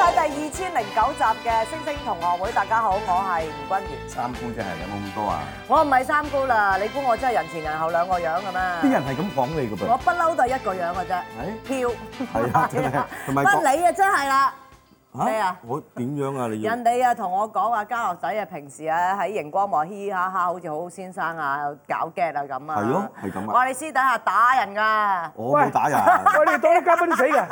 千零九集嘅《星星同學會》，大家好，我係吳君如。三姑姐係有冇咁多啊？我唔係三姑啦，你估我真係人前人後兩個樣嘅啲咩？人係咁講你嘅我噃，不嬲都係一個樣嘅啫，票 係 啊 à? 真係同埋不理啊，真係啦。咩啊我點樣啊？你要人哋啊同我講啊，家樂仔啊平時啊喺熒光幕嘻嘻哈哈，好似好好先生啊，搞 get 啊咁啊。係咯係咁啊我哋私底下打人㗎。我冇打人， 我哋當啲嘉賓都死㗎。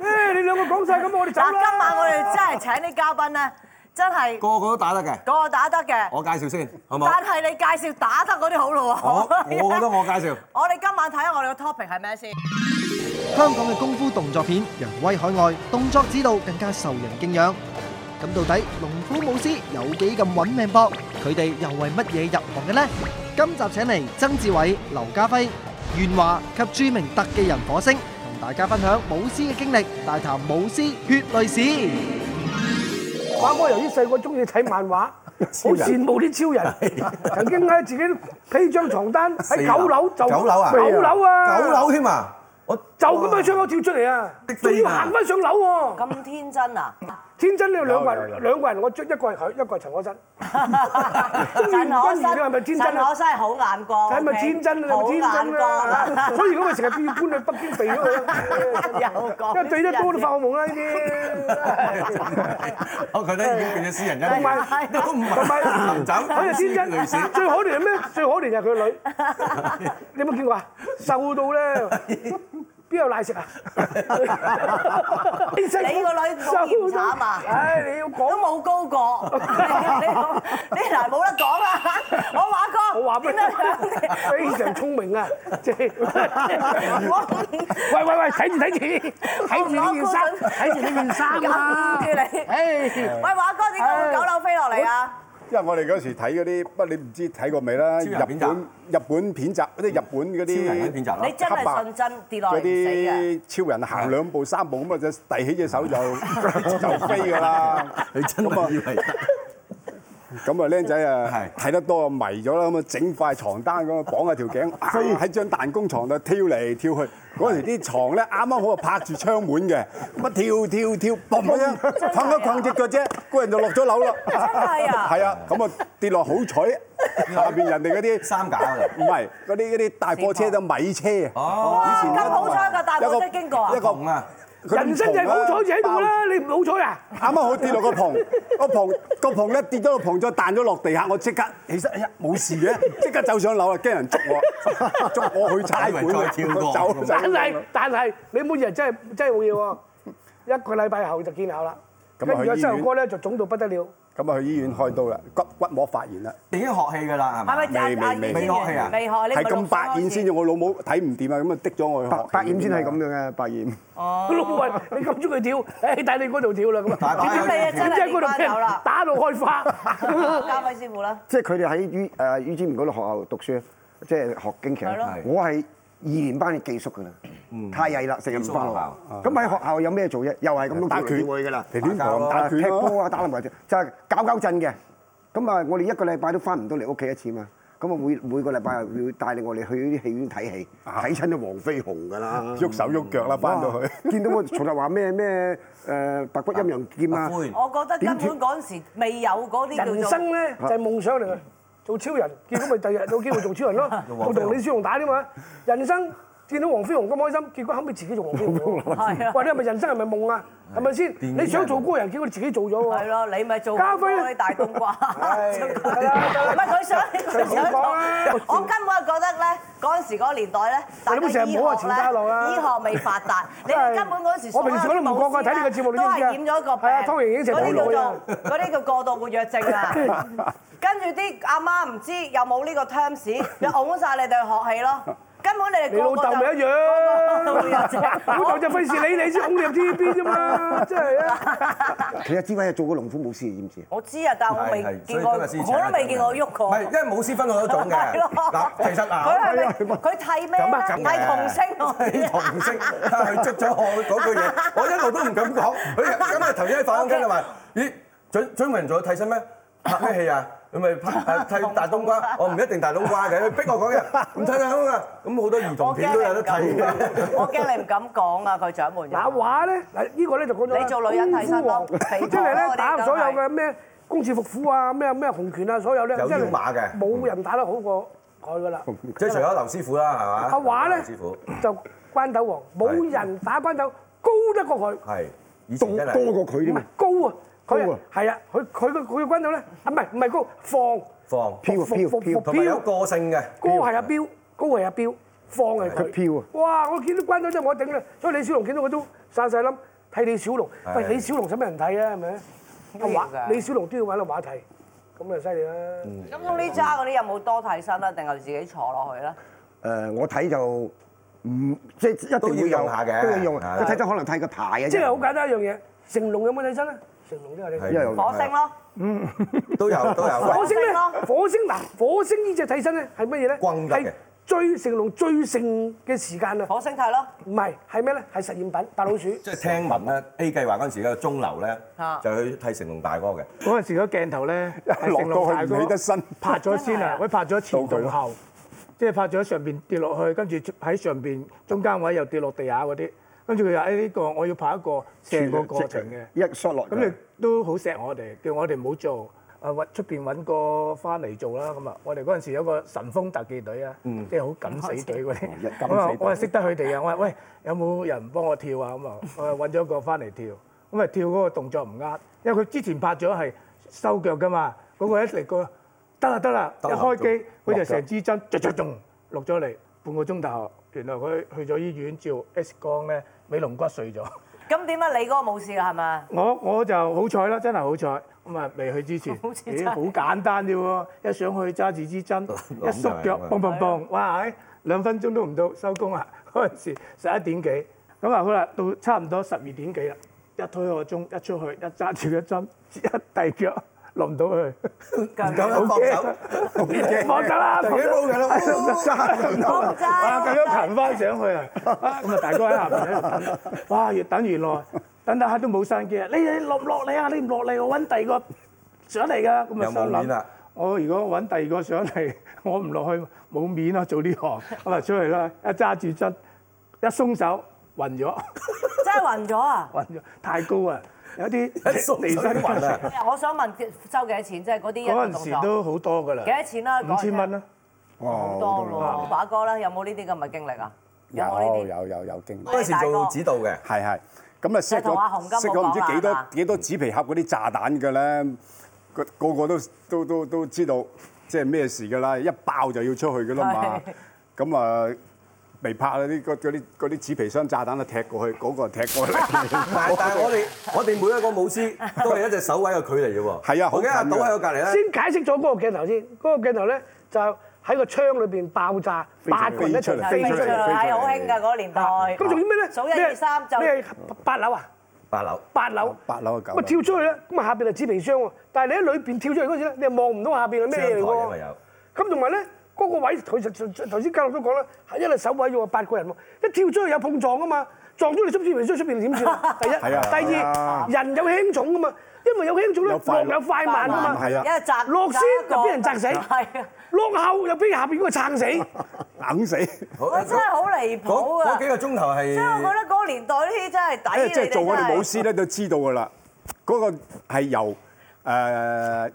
誒，你兩個講晒咁，我哋走嗱，啦。今晚我哋真係請啲嘉賓咧，真 係個個都打得嘅。個個打得嘅。我介紹先，好冇？但係你介紹打得嗰啲好咯喎。我我覺得我介紹。我哋今晚睇下我哋個 topic 係咩先？香港嘅功夫動作片揚威海外，動作指導更加受人敬仰。咁到底農夫武師有幾咁揾命搏？佢哋又為乜嘢入行嘅呢？今集請嚟曾志偉、劉家輝、袁華及著名特技人火星，同大家分享武師嘅經歷，大談武師血淚史。華哥由於細個中意睇漫畫，好羨慕啲超人。曾經喺自己披張床單喺九樓就九樓啊！九樓啊！九樓添啊！我就咁喺窗口跳出嚟啊！仲要行翻上樓喎！咁天真啊！天真你有兩個人，兩個人我追一個係佢，一個係陳可辛。陳可辛，你係咪天真啊陳可辛係好眼光，睇咪天真，你咪 OK？天真好眼啦！ 光所以咁咪成日都要搬去北京避咗 佢啦。又講因為對得多都 dạ. 發惡夢啦呢啲。我覺得已經變咗私人恩同埋怨，都唔 同埋哎係唔走，佢係天真，類似。最可憐係咩？最可憐就係佢女，你有冇見過啊？瘦到咧，邊有奶食啊？你個你女好嚴慘啊唉，你要都講冇高過，你你你嗱冇得講啦！我話哥，我話俾你點樣聽，非常聰明啊！即係，我喂喂喂，睇住睇住，睇住呢件衫，睇住呢件衫搞唔！啊住你。唉，喂，華哥點解會九樓飛落嚟啊？因為我哋嗰時睇嗰啲，不過你唔知睇過未啦？超日人片本集日本片集，即係日本嗰超人喺啲片集啦你，真係信真跌落嚟嗰唔死嘅。啲超人行兩步三步咁啊，就遞起隻 手就就飛㗎啦。啊你真係以為咁啊，僆仔啊係，睇得多啊迷咗啦，咁啊整塊床單咁啊綁喺條頸， 啊喺張彈弓床度跳嚟跳去。嗰時啲床咧啱啱好啊拍住窗門嘅，咁啊跳跳跳，嘣一 聲，係啊砰一砰只腳啫，個人就落咗樓啦。真係啊 係啊，咁啊跌落好彩，下邊人哋嗰啲。三假㗎？唔係嗰啲嗰啲大貨車就米車啊！哦，哇，前咁好彩㗎，大有哥個即經過啊一！個窮啊！佢啊人生就係好彩就喺度啦，你唔好彩啊！啱啱好跌落個棚， 個棚個棚一跌咗落棚，再彈咗落地下，我即刻起身，哎呀冇事嘅， 即刻走上樓啊，驚人捉我， 捉我去差館以為再跳過走走。但係但係你每日真係真係好嘢喎，一個禮拜後就見效啦。咁啊跟住去阿醫西院豪哥咧就腫到不得了，咁啊去醫院開刀啦，骨骨膜發炎啦，你已經學啊戲㗎啦，係係咪？咪未阿阿未葉先未生學戲啊未學你咪六係歲咁白開燕始 先至，我老母睇唔掂啊，咁啊滴咗我去學白白燕先係咁樣嘅，白燕哦老母話你咁中意跳， 誒帶你嗰度跳啦 咁大啊。把咁你啊點真知係喺嗰變度俾翻有人啦！打到開 花，家輝師傅啦，即係佢哋喺 U 誒 U 之唔嗰度學校讀書，即係學京劇係咯。我係二年班嘅寄宿㗎啦，太曳啦，成日唔翻學校。咁喺學校有咩做啫？又係咁樣打跳嚟拳跳去㗎啦，你亂打講交打啊拳踢咯，波啊，打籃球就係搞搞震嘅。咁啊，我哋一個禮拜都翻唔到嚟屋企一次嘛。咁啊，每每個禮拜會帶領我哋去啲戲院睇戲，睇親就黃飛鴻㗎啦。喐手喐腳啦，翻到去。見到我從來話咩咩誒白骨陰陽劍啊，灰我覺得根本嗰陣時未有嗰啲叫做人生咧就係夢想嚟嘅，做超 人，結果咪第日有機會做超人咯。我同李小龍打添嘛，人生見到黃飛鴻咁開心，結果後尾自己做黃飛鴻 係啊喎。喂，你係咪人生係咪夢啊？係咪先？電影你啊想做嗰個人，結果你自己做咗喎。係咯，你咪做家輝呢幫你大冬 瓜，得啦得啦唔係佢想佢想做啊講啊啦，我根本係覺得咧嗰陣時嗰個年代咧，大家你都醫成日唔好話學錢嘉樂啦咧，醫學未發 達，你真係根本嗰陣時我平時我都唔覺㗎睇呢個節目你知都唔係知啊染咗個病，係啊湯盈盈成日嗰啲冇腦叫啊做嗰啲叫過度活躍症 啊。跟住啲阿媽唔知有冇呢個 terms，就㧬晒你哋去學戲咯。根本你哋你老個個豆就咪一樣個 個都會有隻，老豆就費事理你先拱你入 TVB 啫嘛，真係啊！其實志偉係做過農夫武師，你知唔知啊？我知啊，但係我未見過，我都未見過喐過。唔係，因為冇師分好多種嘅。 係咯嗱，其 實嗱，佢係咪佢剃咩咁咧啊？咁嘅剃童星剃喎。童星，但係佢捉咗我 嗰句嘢，我一路都唔敢講。佢咁啊，頭先喺反空間就話：咦，準準明做替身咩？拍咩戲啊？你咪拍 誒剃大冬瓜，我唔一定大冬瓜嘅，佢逼我講嘅，唔剃大冬瓜，咁好多兒童片都有得剃嘅。À, 我驚你唔敢講啊，佢掌門人。嗱畫咧，嗱呢個咧就講咗啦你做女人睇身咯肥功夫王婆即係嗰咧啲梗打係所有嘅咩公子伏虎啊，咩咩紅拳啊，所有咧有真係腰馬嘅冇人打得好過佢噶啦。 即係除咗劉師傅啦，係嘛？阿畫咧劉師傅就關鬥王，冇人打關鬥高得過佢，係以前多真係多過佢唔添係啊！高啊！佢高啊啊係啊，佢佢個佢嘅關鬥咧，啊唔係唔係高放放，飄啊放飄放飄放同埋有飄個性嘅。 高係阿標，高係阿標，放係佢。佢飄啊哇！我見到關咗真係我頂啦，所以李小龍見到佢都散晒冧。睇李小龍，係喂李小龍使乜人睇啊？係咪？都要阿㗎畫李小龍都要揾阿畫睇，咁啊犀利啦！咁通呢揸嗰啲有冇多替身啊？定係自己坐落去咧？誒，我睇就唔即係一定都會要有用下嘅都要用係啊。佢睇得可能睇個牌嘅啫，即係好簡單一樣嘢，成龍有冇睇身啊？成龍都有睇身。因為有火星咯，都有都有。火星咧火星咯，火星嗱，火星呢只替身咧係乜嘢咧？轟得嘅係最成龍最盛嘅時間啊！火星睇咯。唔係係咩咧？係實驗品白老 鼠。即係聽聞咧，A 計劃嗰陣時有個鐘樓咧啊，就去剃成龍大哥嘅。嗰陣時個鏡 頭咧，落係成龍大到去哥唔起得身，拍咗先啊，佢拍咗前到佢同啦後，即係拍咗上邊跌落去，跟住喺上邊中間位又跌落地下嗰啲，跟住佢話：誒呢個我要拍一個成啊個過程嘅。一 shot 落咁你都好錫我哋，叫我哋唔好做，啊揾出邊揾個翻嚟做啦咁啊！我哋嗰陣時有個神風特技隊啊，即係好敢死 隊嗰啲。咁啊，我係識得佢哋嘅，我話喂有冇人幫我跳啊咁啊，我係揾咗個翻嚟跳，咁啊跳嗰個動作唔啱，因為佢之前拍咗係收腳噶嘛，嗰、個一嚟個得啦得啦，一得啦開機佢就成支針著著中落咗嚟，半個鐘頭，原來佢去咗醫院照 X 光咧，尾龍骨碎咗。咁點啊？你嗰個冇事啦，係咪？我我就好彩啦，真係好彩。咁啊，未去之前，好似真係咦，好簡單啫喎！一上去揸住支 針，一縮腳，係啊嘣嘣嘣，哇！唉兩分鐘都唔到，收工啊！ 嗰陣時十一點幾，咁啊好啦，到差唔多十二點幾啦，一推個鐘，一出去，一揸住個針，一遞腳落唔到 去，唔敢放手，我唔制，我自己冇㗎啦。放手啦！哇！咁唔制。樣騰翻上去啊！啊咁啊，大哥喺下邊喺度等，哇！越等越耐，等等下都冇生機啊！你你落唔落嚟啊？你唔落嚟，我揾第二個上嚟㗎。咁有冇啊，心面諗啊我如果揾第二個上嚟， 我唔落去冇面啊！做呢行咁啊，出去啦！一揸住針，一鬆手暈咗， 真係暈咗啊？我想問，暈咗太高啊！有啲鬆地手身都暈啊收幾多錢？即係嗰啲一個嗰陣時動作。都好多㗎啦，幾多錢啦？五千蚊啦。講真，好多咯。把哥咧，有冇呢啲咁嘅經歷啊？有冇呢啲？有有有有經歷。嗰陣時做指導嘅，係係，咁啊 set 同阿洪金寶咗 set 咗唔講知啊幾係嘛多幾多紙皮盒嗰啲炸彈嘅咧，個個個都都都都知道即係咩事㗎啦，一爆就要出去㗎啦嘛係。咁啊被拍嗰啲嗰嗰啲嗰啲紙皮箱炸彈啊踢過去，嗰、個踢過 嚟。但但係我哋我哋每一個武師都係一隻手位嘅距離嘅喎。係啊好我記得阿近賭㗎喺我隔離咧，先解釋咗嗰個鏡頭先，嗰、個鏡頭咧就喺個窗裏邊爆炸，八個人一齊飛飛出出嚟嚟。係，好興㗎，嗰個年代。咁仲要咩咧？哦數一二三就你係八樓啊？八樓。八樓。八樓啊九咁樓啊跳出去咧，咁啊下邊係紙皮箱喎，但係你喺裏邊跳出去嗰時咧，你係望唔到啊下邊係咩嘢張台嚟啊因為喎有。咁同埋咧，嗰個位佢就頭先教落都講啦，係一隻手位要有八個人喎，一跳出去有碰撞啊嘛，撞咗你出紙皮箱出邊點算 啊？第一，係啊第係二啊，人有輕重噶嘛，因為有輕重咧有快落有快慢啊嘛，係啊一係砸-落先砸一個。就俾人砸死，係啊。落後又俾下邊嗰個撐死。硬死，好喂，真係好離嗰譜啊！嗰幾個鐘頭即係我覺係得嗰個年代呢啲真係抵啊 即哎係做我哋武你師咧都知道㗎啦。嗰、個係由誒、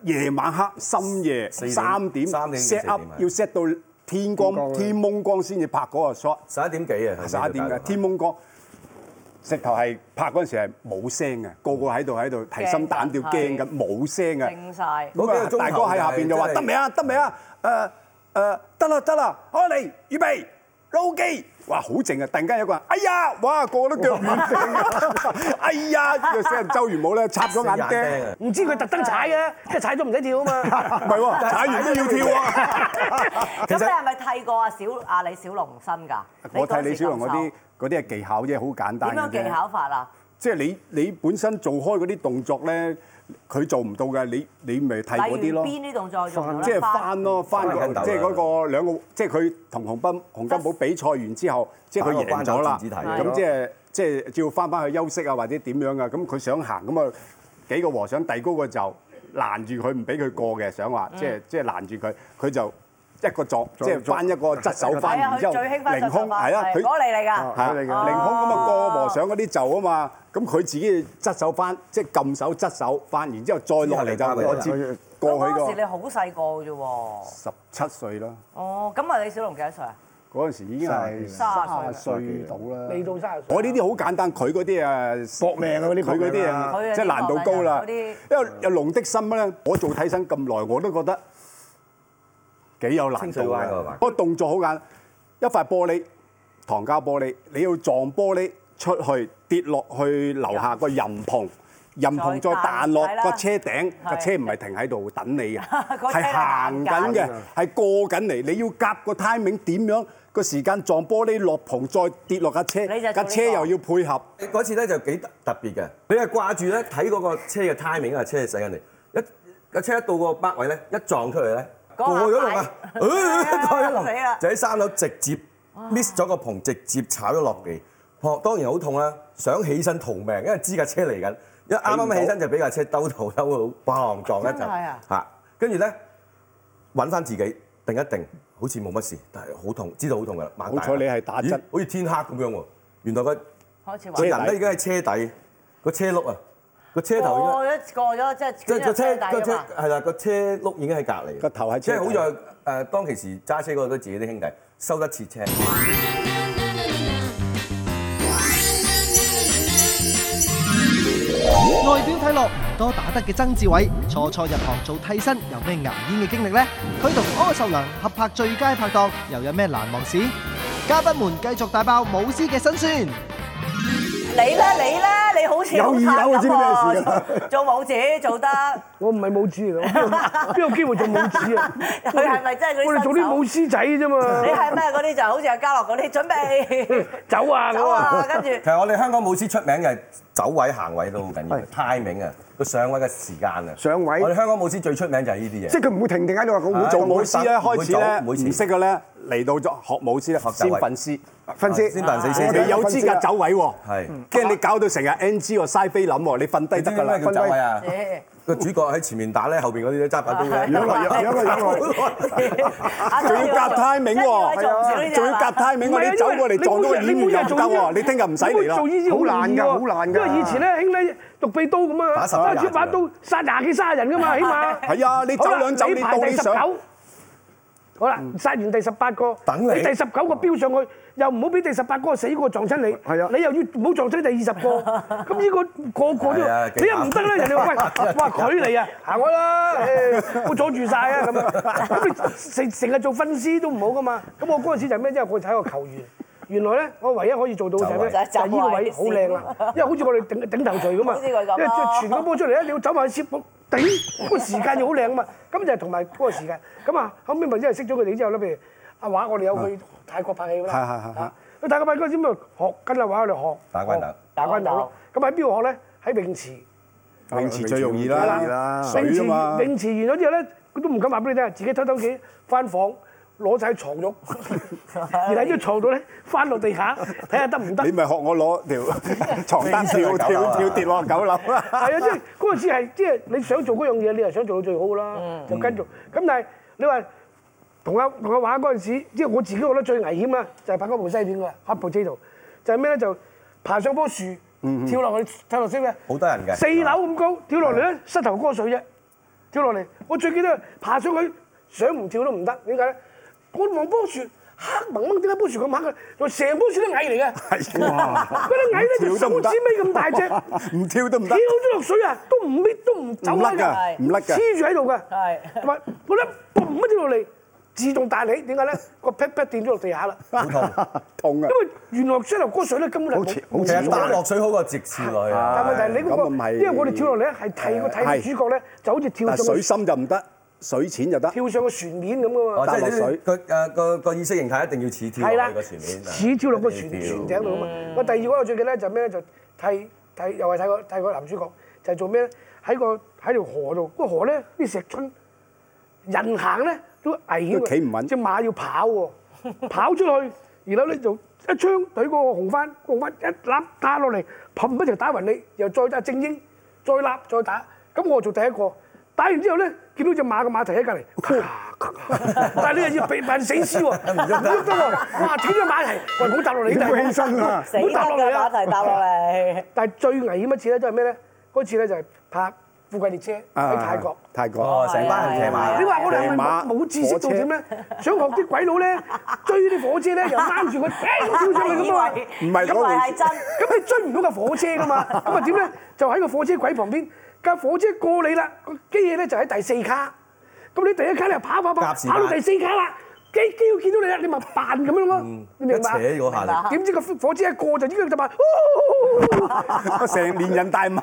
夜晚黑深夜四點三點三點至 set up 四點啊啊要 set 到天光天蒙光先至拍嗰個 shot。十一點幾啊，十一點嘅天天蒙光，直頭係拍嗰陣時係冇聲嘅，個個喺度喺度提心膽跳驚緊，冇聲真係嘅。靜晒。咁啊，大哥喺下邊就話得未啊？得未啊？誒誒，得啦得啦，開嚟，預備。撈機，哇！好靜啊！突然間有個人，哎呀，哇！個個都腳軟， 哎呀！個死人周元武咧插咗眼眼釘，啊！唔知佢特登踩 嘅，即係踩咗唔使跳啊嘛。 唔 係喎，踩完都要 跳啊！咁你係咪剃過阿小阿李小龍身㗎？我睇李小龍嗰你啲嗰啲係技巧啫，好簡單嗰時咁瘦點嘅樣啫技巧法啊？即係你你本身做開嗰啲動作咧，佢做唔到嘅，你你咪睇嗰例啲如咯，邊啲動作做啊唔到咧即係翻咯，翻個翻筋斗啊即係嗰個兩個，即係佢同洪斌洪金寶比賽完之後，即係佢贏咗打個關啦，鬥戰子題咁即係即係照翻翻去休息啊，或者點樣啊，咁佢想行咁啊，幾個和尚遞高個袖，攔住佢唔俾佢過嘅，想嗯話即係即係攔住佢，佢就一個作，即係翻一個側手翻，係啊，然佢之後最興翻凌就空，係啊，佢我嚟嚟係㗎，啊佢嚟凌空嘅咁啊過和尚嗰啲就啊嘛，咁佢自己側手翻，即係撳手側手翻，然之後再落嚟就過接過咁嗰去時個你好細個嘅啫喎。十七歲啦，哦，咁啊，李小龍幾多歲啊？嗰陣時已經係卅歲啊卅歲到啦。未到三十歲。我呢啲好簡單，佢嗰啲誒搏命啊嗰啲佢嗰啲啊搏命啊即係難度高啦嗰。啲因為有龍的心咧，我做替身咁耐，我都覺得幾有難清度水灣嗰個嘅吧。個動作好簡單，一塊玻璃，糖膠玻璃，你要撞玻璃出去，跌落去樓下個淫棚。任同再再彈彈落係啦個車頂，係架車唔係停喺度等你嘅， 個車係係行緊行緊嘅，係過緊嚟。你要夾個 timing 點樣個時間撞玻璃落棚，再跌落架車，你就做呢個架車又要配合。你嗰次咧就幾特別嘅，你係掛住咧睇嗰個車嘅 timing 啊，車駛緊嚟，一架車一到個北位咧，一撞出嚟咧，過嗰下咗龍啊，擺 呃過咗死啦龍，就喺三樓直接 miss 咗個棚，直接炒咗落嚟。哦，當然好痛啦，想起身逃命，因為知架車嚟緊，一啱啱起身就俾架車兜頭兜到，砰撞一陣真係啊嚇，跟住咧揾翻自己定一定，好似冇乜事，但係好痛，知道好痛㗎啦。好好彩你係打側好似天黑咁樣喎，原來個。開始個玩。人咧已經喺車底，個車轆啊，個車頭過已咗哦過咗，即係經即係個車底個啊車嘛。係啦，個車轆已經喺隔離。個頭喺即車係底好在誒，呃當其時揸車嗰個都自己啲兄弟收得切車。外表睇落唔多打得嘅曾志偉，初初入行做替身有咩牙煙嘅經歷呢？佢同柯受良合拍最佳拍檔，又有咩難忘事？嘉賓們繼續大爆舞獅嘅辛酸。你咧，你咧，你好似有好意慘有啊知咁咩事㗎啦喎做舞者做得，我唔係武指嚟嘅，我邊 有邊有機會做武指啊？佢係咪真係嗰啲我哋做新手啲武師仔啫嘛。你係咩嗰啲就好似阿嘉樂嗰啲，準備走啊咁走啊，啊！跟住其實我哋香港舞獅出名嘅係走位行位都好緊要，timing 啊，個上位嘅時間啊。上位我哋香港舞獅最出名就係呢啲嘢。即係佢唔會停停喺度話佢做會做舞舞師咧，唔會啊開始咧走唔會唔遲識嘅咧，嚟到咗學舞師咧，學走先位訓師。分析先扮死先我哋有資格走位喎，嗯係驚你搞到成日 NG 喎，嘥菲林喎，你瞓低你知得唔知㗎啦咩，叫走位啊？咦個主角喺前面打咧，後邊嗰啲咧揸把刀咧，樣來樣樣來樣阿仲要曾夾曾 timing 志偉做唔少呢啲啊喎，仲要夾 timing 喎，你走過嚟撞到個你掩每護日又唔得喎，你聽日唔使嚟啦。做呢啲難好難㗎好難㗎因為以前咧，興咧獨臂刀咁打啊，十幾廿揸住把刀殺廿幾卅人㗎嘛，起碼。係啊，你走兩走你排到第你十上九，好啦，殺完第十八個，等你第十九個標上去，又唔好俾第十八個死過撞親你，係啊你又要唔好撞親第二十個，咁呢個個個都係啊，你又唔得啦，人哋話喂，哇佢嚟啊，行 開啦，唉我阻住晒啊咁樣， 咁你成成日做分屍都唔好噶嘛，咁我嗰陣時就係咩啫？我睇個球員。原來咧，我唯一可以做到嘅就係咩？就係就係呢個位就係好靚啦，因為好似我哋頂頂頭鎚咁啊，好似因佢咁咯為傳個波出嚟咧，你要走埋去接頂個時間要好靚啊嘛，咁就係同埋嗰個時間。咁啊，後尾咪真係識咗佢哋之後咧，譬如阿華，我哋有去泰國拍戲啦，啊係係係係啊去泰國拍嗰陣時咪學跟阿華我哋學打關鬥學打關鬥咯。咁喺邊度學咧？喺泳池。泳池最容易係啦啦。水泳池啊嘛泳池完咗之後咧，佢都唔敢話俾你聽，自己偷偷己翻房攞晒床褥，而喺張床度咧翻落地下睇下得唔得你。咪學我攞條 床單跳跳跳跌落九樓 啦。係啊，即係嗰陣時係即係你想做嗰樣嘢，你係想做到最好啦，就跟做。咁但係你話同阿同阿華嗰陣時，即係我自己覺得最危險啦，就係拍嗰部西片㗎，《Hot Potato》，就係咩咧？就爬上棵樹，嗯跳落去，跳落去咩？好多人嘅四樓咁高，跳落嚟咧，膝頭哥水啫，跳落嚟。我最記得爬上去，想唔跳都唔得，點解咧？我望棵樹。黑蒙蒙點解棵樹咁黑嘅？就成棵樹都蟻嚟 嘅，係啊嗰啲蟻咧就跳手都唔指得尾咁大隻，唔跳 都唔跳得。咗落水啊，都唔搣都唔走唔甩甩㗎㗎，唔甩㗎黐住喺度㗎。係同埋我咧，嘣一跳落嚟，自動彈起，點解咧？個 pat pat 掂咗落地 下啦，好痛。痛啊！因為原來水流嗰水咧根本就好似冇。好其似實打落水好過直刺落去啊。但問題係你嗰咁啊唔個，係因為我哋跳落嚟咧係替個係替主角咧，就好似跳但上水個深就唔得，水淺就得。跳上個船面咁㗎哦，嘛。即係打落水呢個誒個個意識形態一定要似跳係落啦去個船面，，啊似跳落個船一船定要頂度啊嘛。我第二個我最記得就係咩咧？就替替又係替個替個男主角，就係做咩咧？喺個喺條河度，個河咧啲石春，人行咧都危險都嘅，企唔穩只馬要跑 喎，跑出去，然後咧就一槍懟個紅番，個紅番一揦打落嚟，砰一條打暈你，又再打精英，再揦再打。咁我做第一個，打完之後咧，見到只馬嘅馬蹄喺 隔離，咔咔咔但係你又要扮扮死屍喎，哦 唔喐得喎，哇！扯咗馬蹄，喂，唔好搭落嚟，但係起身啊啦，死得㗎馬蹄搭落嚟。但係最危險一次咧，都係咩咧？嗰次咧就係拍富貴列車喺泰國。泰國哦，成班人騎係啊馬你。話我哋係咪騎馬冇冇知識到點咧？想學啲鬼佬咧，追啲火車咧，又掹住佢，砰跳上去 咁啊！唔係嗰咁咪回係事真。咁你追唔到架火車 噶嘛？咁啊點咧？就喺個火車軌旁邊，架火車過你啦，個機器咧就喺第四卡。咁你第一卡你又跑跑跑，夾時間跑到第四卡啦，機機要見到你啦，你咪扮咁樣咯，你嗯明一扯白？嗰下嚟，點知個火車一過就 應該就話，哦 成年人大馬，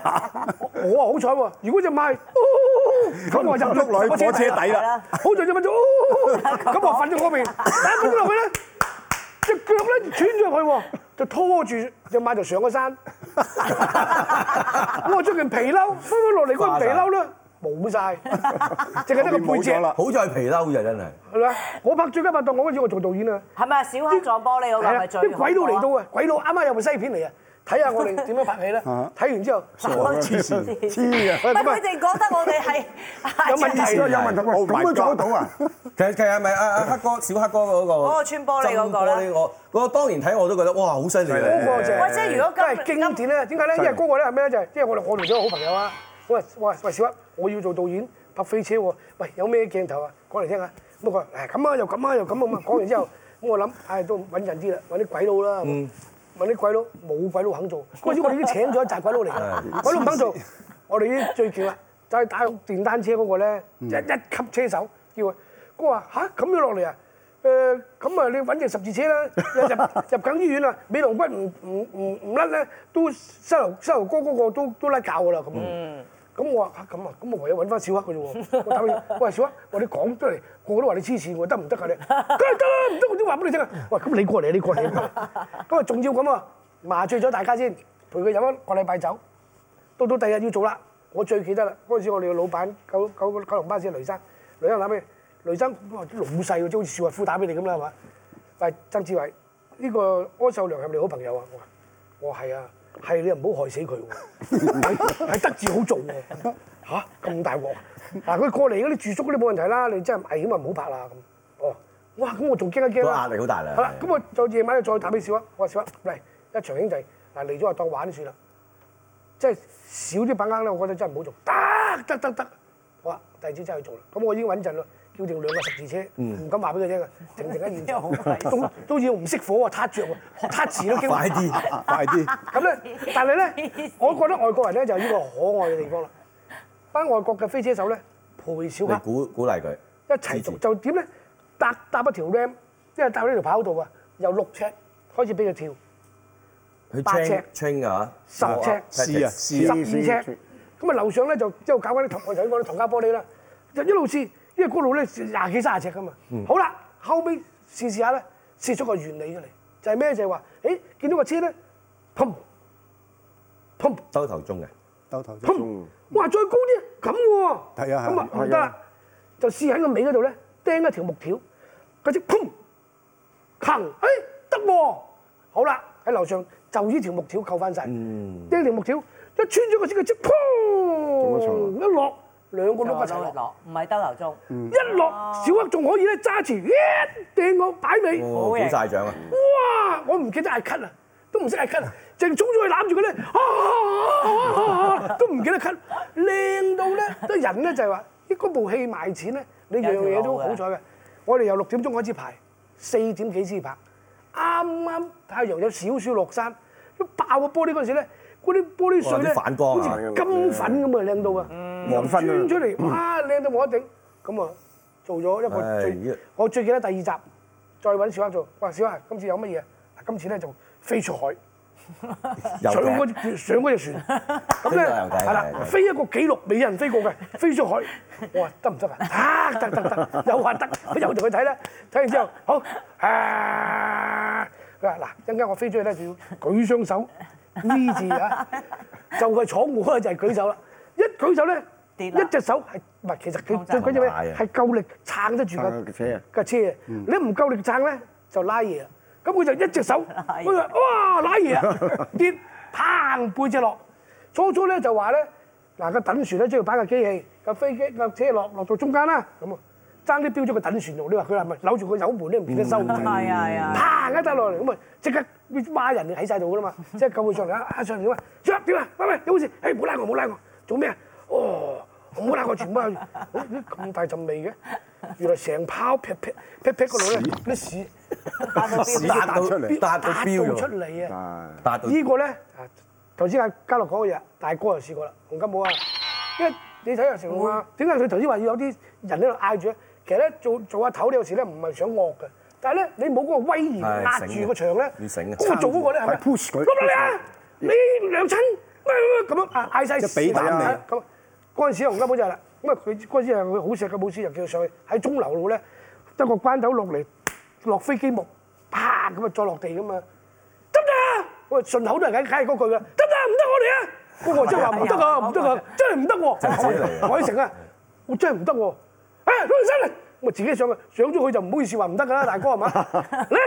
我啊好彩喎！如果只馬係，哦咁我就碌 落去火車底啦。好在就問咗，哦咁我瞓咗嗰邊，但瞓咗落去咧，只腳咧穿咗入去喎，就拖住只馬就上咗山。我着件皮褸，翻返落嚟嗰件皮褸咧冇晒，淨係得個冇背脊咗啦，好在皮褸咋真係。係咪啊？我拍最佳拍檔嗰陣時，我做導演啊，係咪啊小黑撞玻璃嗰個係係啊，咪最啲鬼佬恐嚟怖啊到啊，鬼佬啱啱有部西片嚟啊，睇下我哋點樣拍戲啦。啊睇完之後， 黐線黐唔係佢哋覺得我哋 係有問題咯有問題喎， Oh my 咁都 God 做得到啊？其實其實係咪阿阿 黑哥小黑哥嗰個？嗰個穿玻璃嗰個咧浸玻璃我嗰個當然睇我都覺得哇好犀利啊！嗰個就係喂，即係如果都今係經典咧，點解咧？因為嗰個咧係咩咧？就係因為我哋我同咗好朋友啊。喂喂喂，小屈，我要做導演拍飛車喎。喂，有咩鏡頭啊？講嚟聽下。咁佢話誒咁啊，又咁啊，又咁啊咁啊。講完之後，咁我諗唉都穩陣啲啦，揾啲鬼佬啦。啊嗯揾啲鬼佬冇鬼佬肯做，嗰陣時我哋已經請咗一紮鬼佬嚟㗎，鬼佬唔肯做，我哋已經最勁啦，就係打電單車嗰個咧，一一級車手叫佢，佢話吓，咁樣落嚟啊！誒咁啊，你揾隻十字車啦， 入入入緊醫院啦，尾龍骨唔唔唔唔甩咧，都膝頭膝頭哥嗰個都都甩教㗎啦咁。咁我話啊咁啊，咁我唯有揾翻小黑嘅啫喎。我打俾佢，我話小黑，我哋講出嚟，個個都話你黐線喎，得唔得啊你？梗係得啦，唔得我都話俾你聽啊。喂，咁你過嚟，你過嚟。咁啊，仲要咁啊，麻醉咗大家先，陪佢飲一個禮拜酒。到到第二日要做啦，我最記得啦。嗰陣時我哋嘅老闆九九九龍巴士嘅雷生，雷生打俾雷生，哇啲老細喎，即係好似邵逸夫打俾你咁啦，係嘛？喂，曾志偉，呢、個柯秀良係咪你好朋友啊？我話我話係啊，係你又唔好害死佢喎，係係得字好做喎。吓咁大鑊！嗱，佢過嚟嗰啲住宿嗰啲冇問題啦，你真係危險啊，唔好拍啦咁。哦，哇！咁我仲驚一驚個啦。壓力好大啦係啦，咁我就夜晚再打俾小屈，我話小屈嚟一場兄弟嗱嚟咗就當玩算啦，即係少啲把握咧，我覺得真係唔好做。得得得得，我話第二朝真係去做啦。咁我已經穩陣啦，叫定兩個十字車，唔、嗯敢話俾佢聽啊，靜靜喺現場，都都要唔熄火喎，啊撻着喎，撻字都 驚。快啲！快啲！咁咧，但係咧，我覺得外國人咧就有呢個可愛嘅地方啦。班外國嘅飛車手咧，陪小你黑鼓鼓勵佢。一齊做，就點咧？搭搭一條 ram，因為搭呢條跑道啊，由六尺開始俾佢跳，佢八 train 尺 train 㗎十尺試啊十試啊！二尺。咁啊，樓上咧就一路搞緊啲糖，我頭先講啲糖膠玻璃啦，就一路試，因為嗰度咧廿幾卅尺噶嘛。好啦，後尾試試下咧，試出個原理出嚟，就係咩？就係話，誒見到個車咧，砰砰。兜頭中嘅。兜頭先砰！哇，再高啲咁喎，係啊係啊咁啊唔係啊得啦，就試喺個尾嗰度咧，釘一條木條，嗰隻砰，坑，哎得喎，好啦，喺樓上就呢條木條扣翻晒，釘條木條一穿咗個隻腳，即砰一落，兩個碌一齊落，落，唔係兜頭中，一落小黑仲可以咧揸住，一掟我擺尾。哦鼓型晒掌啊！哇！我唔記得嗌咳啊，都唔識嗌咳啊，淨衝咗去攬住佢咧，啊啊啊啊都唔記得咳，靚到咧，都人咧就係話，嗰部戲賣錢咧，你樣樣嘢都好彩嘅。我哋由六點鐘開始排，四點幾先拍，啱啱太陽有少少落山，一爆個玻璃嗰陣時咧，嗰啲玻璃碎咧，哇啲反光好啊嗯似金粉咁啊，靚到啊！黃昏穿啊出！嚟，哇，靚到冇得頂！咁啊，做咗一個唉依最，我最記得第二集，再揾小黑做。哇，小黑，今次有乜嘢啊？今次咧就飛出海，又上嗰嘅隻上嗰隻船，咁飛咧過遊艇係啦係係，飛一個紀錄美人飛過嘅，飛出海。我話得唔得啊？得得得得，又話得，我又同佢睇啦。睇完之後，好啊，佢話嗱，一陣間我飛出去咧就要舉雙手 V 字啊，就係闖禍啦，就係舉手啦。一舉手咧，跌啦一隻手係唔係？其實佢控制最緊要咩唔埋啊？係夠力撐得住撐架架車啊架車啊！你唔夠力撐咧，就拉嘢啦。咁佢就一隻 手，拉嘢佢就哇拉嘢啊，跌，砰背脊落。初初咧就話咧，嗱個等船咧，即係擺架機器，架飛機架車落落到中間啦，咁啊，爭啲標咗個等船度，你話佢係咪扭住個油門都唔記得收？係啊係啊，啪一打落嚟，咁啊即刻罵人哋喺晒度噶啦嘛，即係救佢上嚟啊上嚟點啊？上點啊？喂喂，有冇事？誒唔好拉我，唔好拉我，做咩啊？哦，唔好拉我，全部係哦咦咁大陣味嘅，原來成泡劈劈劈劈嗰度咧啲屎打 到標達彈出嚟到達到打到標出咗，嚟啊！達到呢個咧啊，頭先阿嘉樂講嘅嘢，大哥又試過啦，洪金寶啊，因為你睇下成龍啊，點解佢頭先話要有啲人喺度嗌住咧？啊其實咧做做阿頭，你有時咧唔係想惡嘅，但係咧你冇嗰個威嚴係壓醒住嘅個場咧，要醒嘅嗰個做嗰個咧係咪係 push 佢落嚟啊！你兩親咁樣啊嗌晒即係俾膽你啊咁嗰陣時洪金寶就係啦，咁啊佢嗰陣時係佢好錫嘅武師，又叫佢上去喺鐘樓度咧得個關頭落嚟落飛機木，啪咁啊再落地咁嘛。得唔得啊？我順口都係梗梗係嗰句啦，得唔得啊？唔得我哋啊！嗰個真係話唔得啊，唔得啊，真係唔得喎！海城啊，我真係唔得喎！啊，攞起身嚟，我自己上去，上咗佢就唔好意思話唔得㗎啦，大哥係嘛？ 咧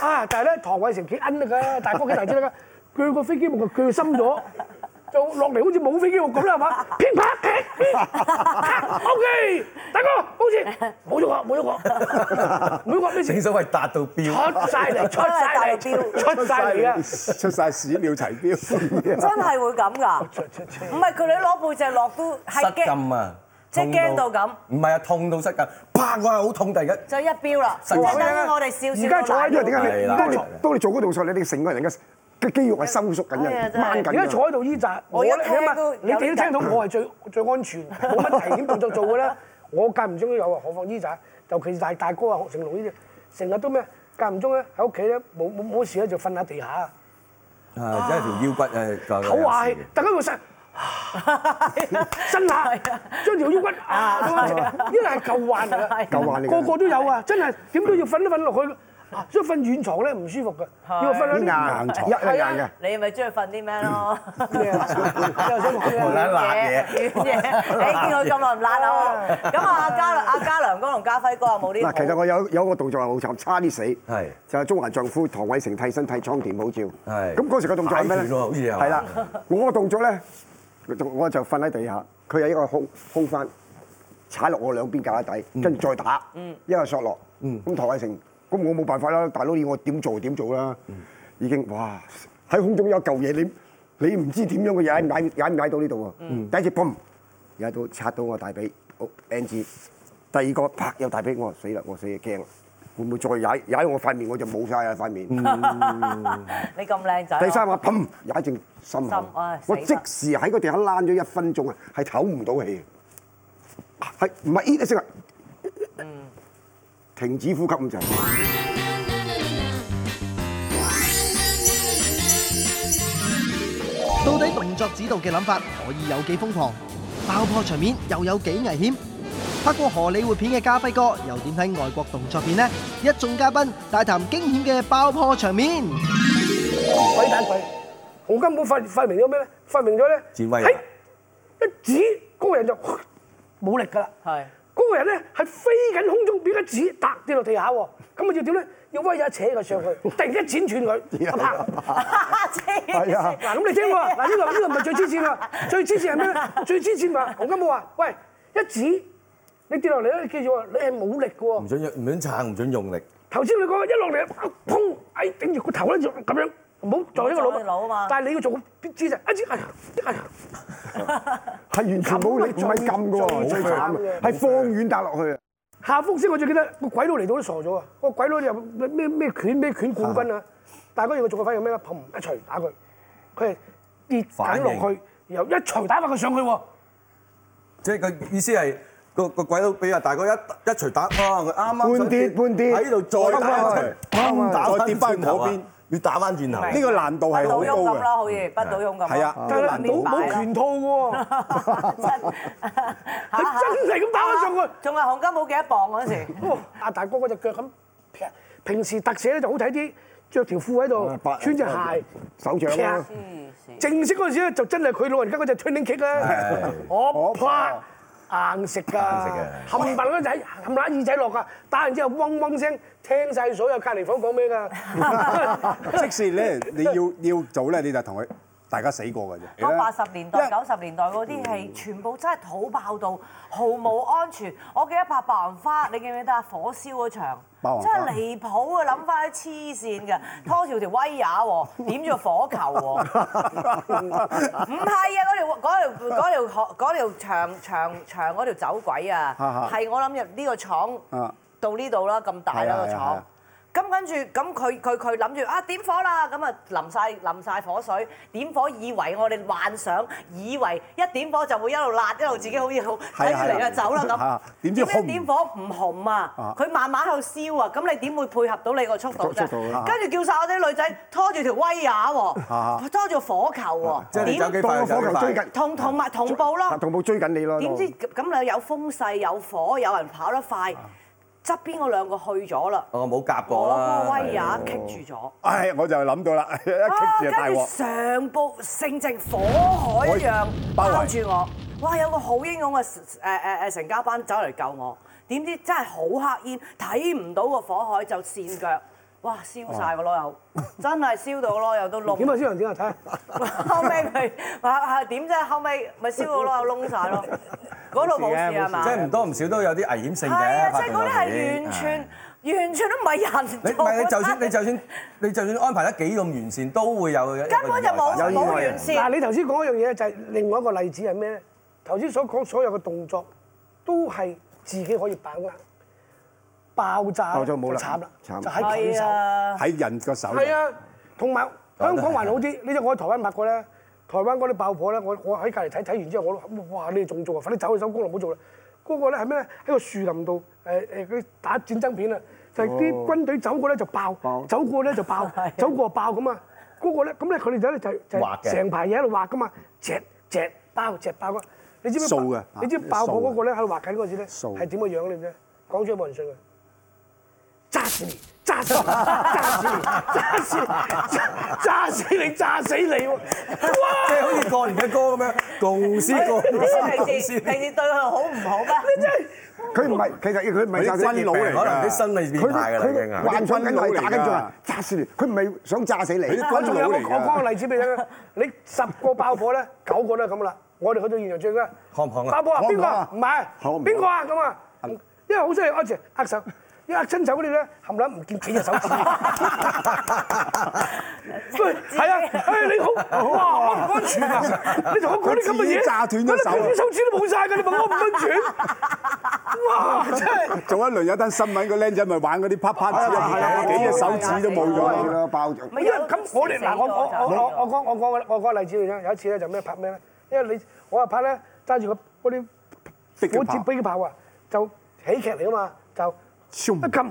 啊，但係咧，唐偉成幾奀得㗎，大哥幾大隻得㗎，佢個飛機木啊佢深咗。就落嚟好似冇飛機木咁啦，係嘛？偏 拍踢，OK，大哥，好似冇咗我，冇咗 我，冇咗我咩事正？所謂達到標， 出晒嚟，出晒嚟，出晒嚟啊！ 出晒屎尿齊標。真係會咁 哦㗎。唔係佢哋攞背脊落都係失驚，禁啊！即係驚到痛咁，唔係啊，痛到失禁，啪！我係好痛，突然間就一標啦。即實際係等於我哋笑笑而家到坐喺爛度因咗為點解係你啦當你當你做嗰動作，你哋成個人嘅嘅肌肉係收縮緊哎呀嘅，真係掹緊而嘅家坐喺度依扎，我咧你啊你哋都聽到我係最 最安全，冇乜危險動作做嘅 啦。我間唔中都有啊，何況依扎，尤其是大大哥啊，成龍呢啲，成日都咩？間唔中咧喺屋企咧冇冇冇事咧就瞓下地下，啊，因為條腰骨誒就有唞下氣事嘅，突然間會 伸。 伸啊下，將條腰骨啊咁樣，呢個係啊舊患嚟㗎，舊患嚟㗎個個都有啊，真係點都要瞓一瞓落去，啊所以瞓軟床咧唔舒服嘅，要瞓喺啲啲硬床一係硬嘅。啊你咪中意瞓啲 咩咯？咩啊？又想講無咩啊啦啦嘢。嘢，嘢， 你見佢咁耐唔辣 啊？咁啊，阿嘉良、阿嘉良哥同家輝哥有冇呢？嗱，其實我有有個動作係好慘，差啲死，係就係中環丈夫唐偉成替身替倉田保照，係咁嗰時個動作係咩擺咧？住喎好似係嘛係啦，我個動作咧，我就瞓喺地下，佢有一個空空翻，踩落我兩邊架底，嗯跟住再打，一個索落，咁唐偉成，咁我冇辦法啦，大佬要我點做點做啦，嗯已經哇喺空中有嚿嘢你。你唔知點樣嘅嗯踩唔踩踩唔踩到呢度喎？第一次嘣，踩到擦到我大髀，好 N 字。第二個啪有大髀，我話死啦！我死驚啦，會唔會再踩踩我塊面我就冇晒啊塊面？嗯你咁靚仔，啊第三下砰踩正心口心唉，我死啦即時喺個地下躝咗一分鐘啊，係唞唔到氣啊，係唔係咦一聲啊？嗯停止呼吸咁滯。到底動作指導嘅諗法可以有幾瘋狂？爆破場面又有幾危險？拍過荷里活片嘅家輝哥又點睇外國動作片呢？一眾嘉賓大談驚險嘅爆破場面。鬼打鬼！洪金寶發發明咗咩咧？發明咗咧，展威嘿一指嗰個人就 冇力㗎啦。係嗰個人咧係飛緊空中，俾一指揼跌落地下喎。咁啊要點咧？要威一扯佢上去，突然間剪斷佢，啪 係啊，嗱咁你聽喎，嗱呢個呢個唔係最黐線啦，最黐線係咩咧？最黐線話洪金寶話：喂，一指你跌落嚟咧，你記住喎，你係冇力嘅喎唔。準用唔準撐，唔準用力，頭先你講一落嚟，砰！哎，頂住個頭咧就咁樣，唔好撞呢個唔好撞呢個腦腦啊嘛但係你要做個姿勢，一支哎呀，哎呀，係完全冇力，唔係撳嘅喎，最慘啊係放遠打落去啊！下腹先我最記得個鬼佬嚟到都傻咗啊！個鬼佬又咩咩拳咩拳冠軍啊！但係嗰樣佢做嘅反應咩咧？砰！一錘打佢，佢係跌緊落去，然後一錘打翻佢上去喎。即係個意思係。個個鬼佬俾阿大哥一一錘打，啊！佢啱啱想半跌半跌喺度再打一錘，砰打再跌返轉頭啊嗰邊，要打翻轉頭。明呢個難度係好不倒翁高咁啦，嘅。好似不倒翁咁。係啊但係冇冇拳套 嘅喎， 佢真係咁打翻上去。啊仲係洪金寶幾多磅嗰時？哇！阿大哥嗰只腳咁劈，平時特寫咧就好睇啲，着條褲喺度，穿隻鞋，啊手啊掌啦，正式嗰陣時咧就真係佢老人家嗰只 training kick 咧， 我啊啪硬食㗎，啊冚唪唥嗰仔冚唪唥耳仔落㗎，打完之後嗡嗡聲，聽晒所有隔離房講咩㗎， 即使咧，你要要做咧，你就同佢大家死過嘅啫。講八十年代、因為嗯九十年代嗰啲係全部真係土爆到毫無安全。我記得拍《白雲花》，你記唔記得啊？火燒嗰場白雲花真係離譜啊！諗翻啲黐線嘅，拖條條威也喎，點咗火球 喎。唔係啊！嗰條嗰條嗰條河嗰條長長長嗰條走鬼啊啊啊，係我諗入呢個廠啊到呢度啦，咁大啦係啊個係啊係啊廠。咁跟住咁佢佢佢諗住啊點火啦，咁啊淋晒淋曬火水，點火以為我哋幻想，以為一點火就會一路辣一路自己好似好睇係啊住嚟係啊就走啦咁 啊。點知點解紅點火唔紅啊啊？佢慢慢喺度燒啊，咁你點會配合到你個速度啫？速度啊跟住叫晒我啲女仔拖住條威亞啊喎，拖住火球喎，即係你走幾點快就當個走火幾球追快。緊，同同埋同步咯啊。同步追緊你咯。點知咁你有風勢有火，有人跑得啊快，側邊嗰兩個去咗啦。我冇夾過我啦。個威也棘住咗，唉，我就諗到啦，一 啊棘住就大跟住鑊。上部盛正火海一樣包圍包住我，哇！有個好英勇嘅誒誒誒成家班走嚟救我，點知真係好黑煙，睇唔到個火海就跣腳，哇！燒晒個籮柚，真係燒到個籮柚都窿。點啊，蕭人點啊，睇下。 後尾佢話係點啫？後尾咪燒個籮柚窿晒咯，嗰度冇事啊係嘛？即係唔多唔少都有啲危險性嘅。係啊，即發係嗰啲動落嚟係完全完全都唔係人你做唔係你就算嘅你就算你就算安排得幾咁完善，都會有一個根本就冇意外發生啊冇完善。嗱，你頭先講一樣嘢就係另外一個例子係咩咧？頭先所講所有嘅動作都係自己可以把握，爆炸爆就咗冇啦慘啦，就慘喺佢手。啊，喺人個手度。係啊，同埋香港還好啲，你知我喺台灣拍過咧，台灣嗰啲爆破咧，我我喺隔離睇睇完之後，我都哇你哋仲做啊，快啲走去收工啦，唔好做啦。嗰、個咧係咩咧？喺個樹林度誒誒嗰啲打戰爭片啊，就係、啲軍隊走過咧就爆，走過咧就爆，走過就爆咁啊。嗰個咧咁咧佢哋就咧就就畫嘅成排嘢喺度畫噶嘛，隻隻爆隻爆啊！你知唔知掃爆？嘅你知唔知爆破嗰個咧喺度畫緊嗰陣時咧掃係點嘅樣你知唔知？講出嚟冇人信啊嘅。炸死你！炸死你！炸死你！炸死你！炸炸死你！炸死你！喎！即哇！係好似過年嘅歌咁樣，共 思你共思你共平思時。平時對佢好 唔好咩？真係佢 唔係，其實佢唔係佢炸死軍你佬嚟可能啲生理變態㗎佢啦已佢經啊。幻想緊係軍打緊佬仗嚟㗎啊，炸死你！佢唔係想炸死你，佢我軍仲佬有個嚟我講個㗎。例子俾你聽啊！你十個爆破咧，九個都係咁啦。我哋去到現場最緊，行唔行啊爆破啊，邊個啊？行唔係行唔行邊個啊？咁啊，因為好犀利，握住握手，一握親手嗰啲咧，冚唪唥唔見幾隻手 指。喂，係啊，誒你好，哇安唔安全 啊？你同我講啲咁嘅啊佢自己嘢，炸斷咗手啊我啲手指都冇晒㗎，你問我唔安全？哇！真係早一輪有單新聞，個僆仔咪玩嗰啲啪啪紙啊，幾隻手指都冇係咗。啦，爆咗。咪因為咁我哋嗱，我我我我我我講我講我講個例子你聽，有一次咧就咩拍咩咧，因為你我話拍咧揸住個嗰迫啲擊火炮箭迫擊炮啊，就喜劇嚟噶嘛，就咻一撳，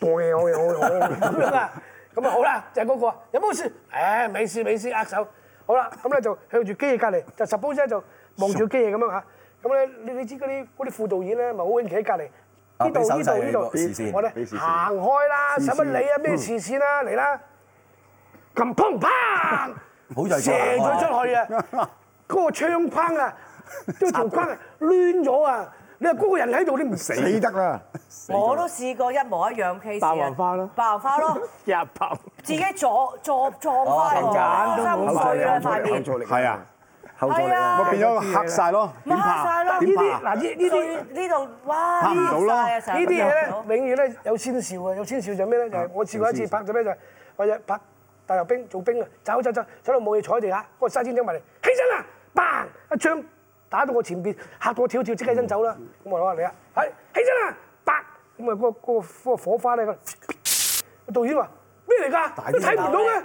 我嘅我嘅我嘅咁樣啊，咁啊好啦，就係嗰個啊有冇事？誒未事未事握手，好啦，咁咧就向住機器隔離，就 suppose 咧就望住機器咁樣嚇，咁咧你你知嗰啲嗰啲副導演咧咪好興企喺隔離。啊呢度俾手呢勢度你呢個視線度，我咧俾視線行開啦，使乜理啊咩視線啦嚟啦！咁砰砰，好在射咗出去啊！嗰個窗框啊，都條框啊攣咗啊！你話嗰個人喺度，你唔死死得啦！ 我都試過一模一樣 case 啊白雲花咯白雲花 咯，日頭自己撞撞撞翻哦喎，心碎啦塊面，口係啊，後座嚟係啊啊！咪變咗黑晒咯，咪啊黑點晒拍？咯，呢點啲拍？嗱呢呢啲呢呢度哇，拍唔到咯呢啊啲嘢咧，永遠咧有先兆啊嘅，有先兆就係咩咧？就係我試過一次拍咗咩就係我日拍大遊兵做兵啊，走走走走到冇嘢坐喺地下，嗰個沙尖整埋嚟，起身啦，bang 一槍打到我前邊，嚇到我跳跳，即刻起身走啦。咁我話你啊，係起身啦，bang 咁啊嗰個嗰個嗰個火花咧。導演話咩嚟㗎？啲你睇唔到嘅，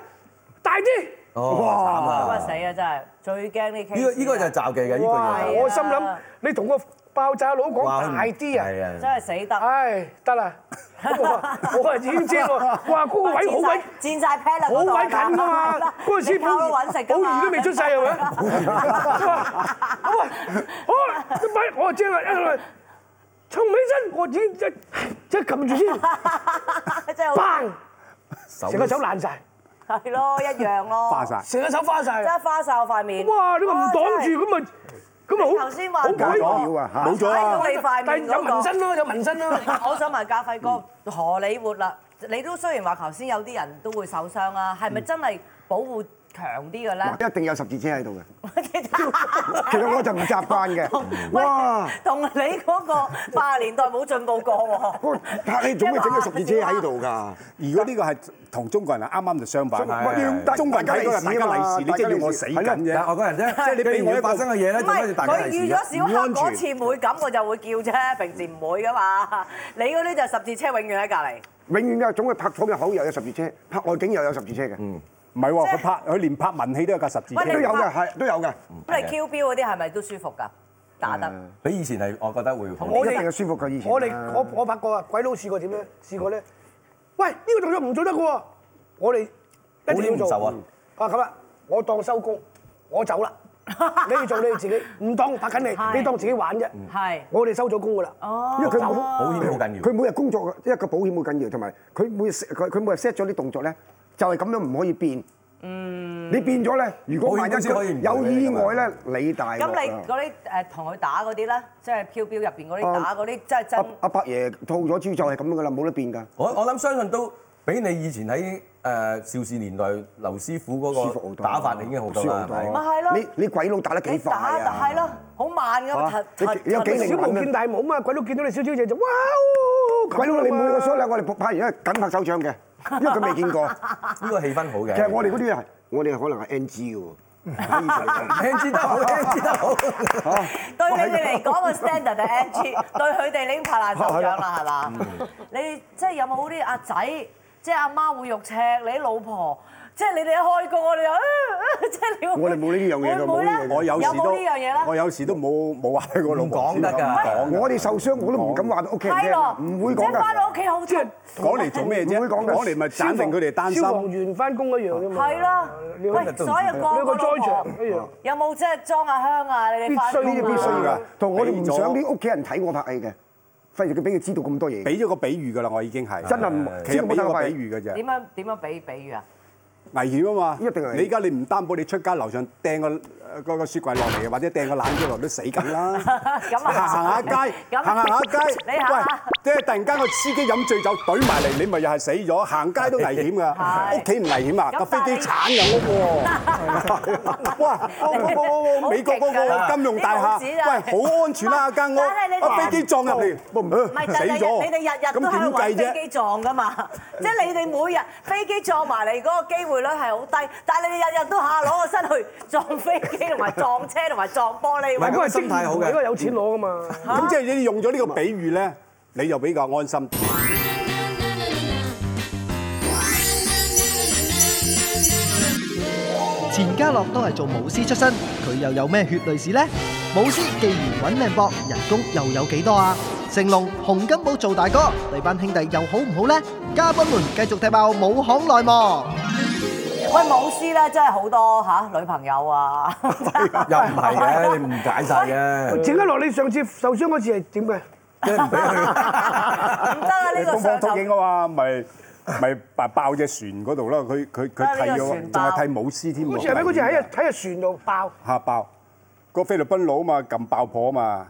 大啲。咁啊哇！死啊真係，最驚呢 case 哦呢個呢個就係罩忌嘅呢哇！個嘢。我心諗你同個爆炸佬講哇大啲係啊！啊真係死得。唉，得啦，我我係已經喎，哇！嗰個位好位。佔晒 p a 好鬼近㗎嘛，嗰陣時啊靠到揾食㗎保嘛完都未 出世係咪？咁啊，好，你咪我正啊，一嚟衝起身，我已經即即撳住先真係好，bang，手成個手爛晒， 係咯，一樣咯，化晒。成個手花晒真。係花晒我塊面。哇！你話唔擋真係住咁咪咁咪好，頭先話好冇鬼咗料啊嚇！冇咗睇啊到！你塊但係面有嗰紋個。身咯，有紋身咯。 我想問家輝哥，啊嗯荷里活啦，你都雖然話頭先有啲人都會受傷啦，係咪真係保護強啲嘅咧？嗱，一定有十字車喺度嘅。其 其實我就唔習 慣嘅。哇！同你嗰個八十年代冇進步過 喎。我拍你做咩整個十字車喺度㗎？如果呢個係同中國人啊啱啱就相反，啊中中國人睇嗰個大家利是，你即係要我死緊但係啫。外國人啫，即係係你你俾俾我我一個發生嘅嘢咧，唔做咩要係大家啊佢嚟預試咗小黑唔嗰安次全會咁，我就會叫啫，平時唔會噶嘛。你嗰啲就十字車永遠喺隔離。永遠有總係拍廠嘅口又有十字車，拍外景又有十字車嗯唔嘅，係喎，佢拍佢連拍文戲都有架十字車喂。都有嘅，嗯係都有嘅。咁你 Q 標嗰啲係咪都舒服㗎？打得。比以前係，我覺得會好。我一定係舒服嗯過以前。我哋我我拍過啊，鬼佬試過點咧？試過咧，喂呢個動作唔做得嘅喎，我哋一定要好啲唔受做啊。啊咁啊，我當收工，我走 啦。你哋做你哋自己，唔當拍緊係你，你當自己玩啫。係我哋收咗工㗎啦。哦因為佢冇保險好緊要佢每日工作嘅，因為個保險好緊要，同埋佢每日佢佢每日 set 咗啲動作咧，就係咁樣唔可以變。嗯，你變咗咧，如果保險萬一公司可以唔有理你意㗎嘛外咧，你大鑊咁你啦嗰啲誒同佢打嗰啲咧，即係 Q 標入邊嗰啲啊打嗰啲，真係阿真阿伯爺套咗招就係咁樣噶啦，冇得變㗎。我我諗相信都比你以前喺誒邵氏年代劉師傅舒服嗰好個多打法已經好多舒服啦好，係咪？多咪係咯你你鬼佬打得你幾快打啊？係咯，好慢㗎，嚇騰騰你有幾騰靈小敏毛啊見大帽嘛，鬼佬見到你小小姐就哇哦！咁鬼佬你每啊個嘛 show 咧，我哋拍完咧緊拍手掌嘅，因為佢未見過。呢個氣氛好嘅。其 實我哋嗰啲係我哋可能係 NG 嘅喎。喺以前嚟講聽知得好，聽知得好。對你哋啊嚟講個 standard 係 NG，對佢哋你已經拍爛手掌啦，係啊嘛？嗯你即係有冇啲阿仔，即係阿媽會肉赤，你老婆，即係你哋一開工，我哋就 啊啊即係你會我哋冇呢樣嘢㗎會唔會冇呢樣咧？嘢我有有時都冇呢樣嘢咧？我有時都冇冇話佢個老婆唔講得㗎知道唔講我哋受傷我都唔敢話俾屋企人係聽咯，㗎，唔會即講係翻㗎。到屋企好即係痛。講嚟做咩啫？唔會講㗎講嚟咪消斬定防佢哋擔消防心。員翻工一樣啫嘛。係啦，你喂，去所有你個去個個災老場婆一樣。有冇即係裝下香啊？你哋翻必須工呢啊啲必須㗎嗯，同我哋唔俾咗想啲屋企人睇我拍戲嘅，費事佢俾佢知道咁多嘢。俾咗個比喻㗎啦，我已經係真係唔其實俾咗超過個百比喻㗎啫，點樣點樣比比喻啊？危險啊嘛！一定係你而家你唔擔保，你出街樓上掟個呃個個雪櫃落嚟，或者掟個冷氣落嚟都死緊啦！咁啊你行下街，咁啊行下街，你行下喂，即係突然間個司機飲醉酒懟埋嚟，你咪又係死咗。行街都危險係㗎，屋企唔危險啊，咁個飛機但係鏟㗎喎。哇！我我美國嗰個金融大廈，你冇紙啊喂，好安全啦間屋，但係你哋個飛機撞入嚟，唔係，呃死但係咗。你哋日日都喺度咁揾點飛計啫？機撞噶嘛？即係你哋每日飛機撞埋嚟嗰個機會率係好低，但係你哋日日都下攞個身去撞飛機同埋撞車同埋撞玻璃唔係喎。嗰個心態好因嘅為。有錢攞㗎嘛。啊咁即係你用咗呢個比喻咧，你就比較安心。啊錢嘉樂都係做舞獅出身，佢又有咩血淚史呢？舞獅既然揾命搏，人工又有幾多啊？成龍、洪金寶做大哥，你班兄弟又好唔好呢？嘉賓們繼續踢爆舞行內幕。喂，舞師咧真係好多嚇女朋友啊！ 又 又唔係嘅，你誤解晒嘅，整一落你上次受傷嗰次係點嘅？即係唔俾佢。唔得啊！呢個東方上禿頭影啊嘛，咪咪爆爆只船嗰度啦，佢佢啊佢呢個剃咗，船仲爆係剃舞獅嗯添好喎。似係咪嗰次喺喺隻船度爆？嚇爆個菲律賓佬嘛，撳爆破啊嘛，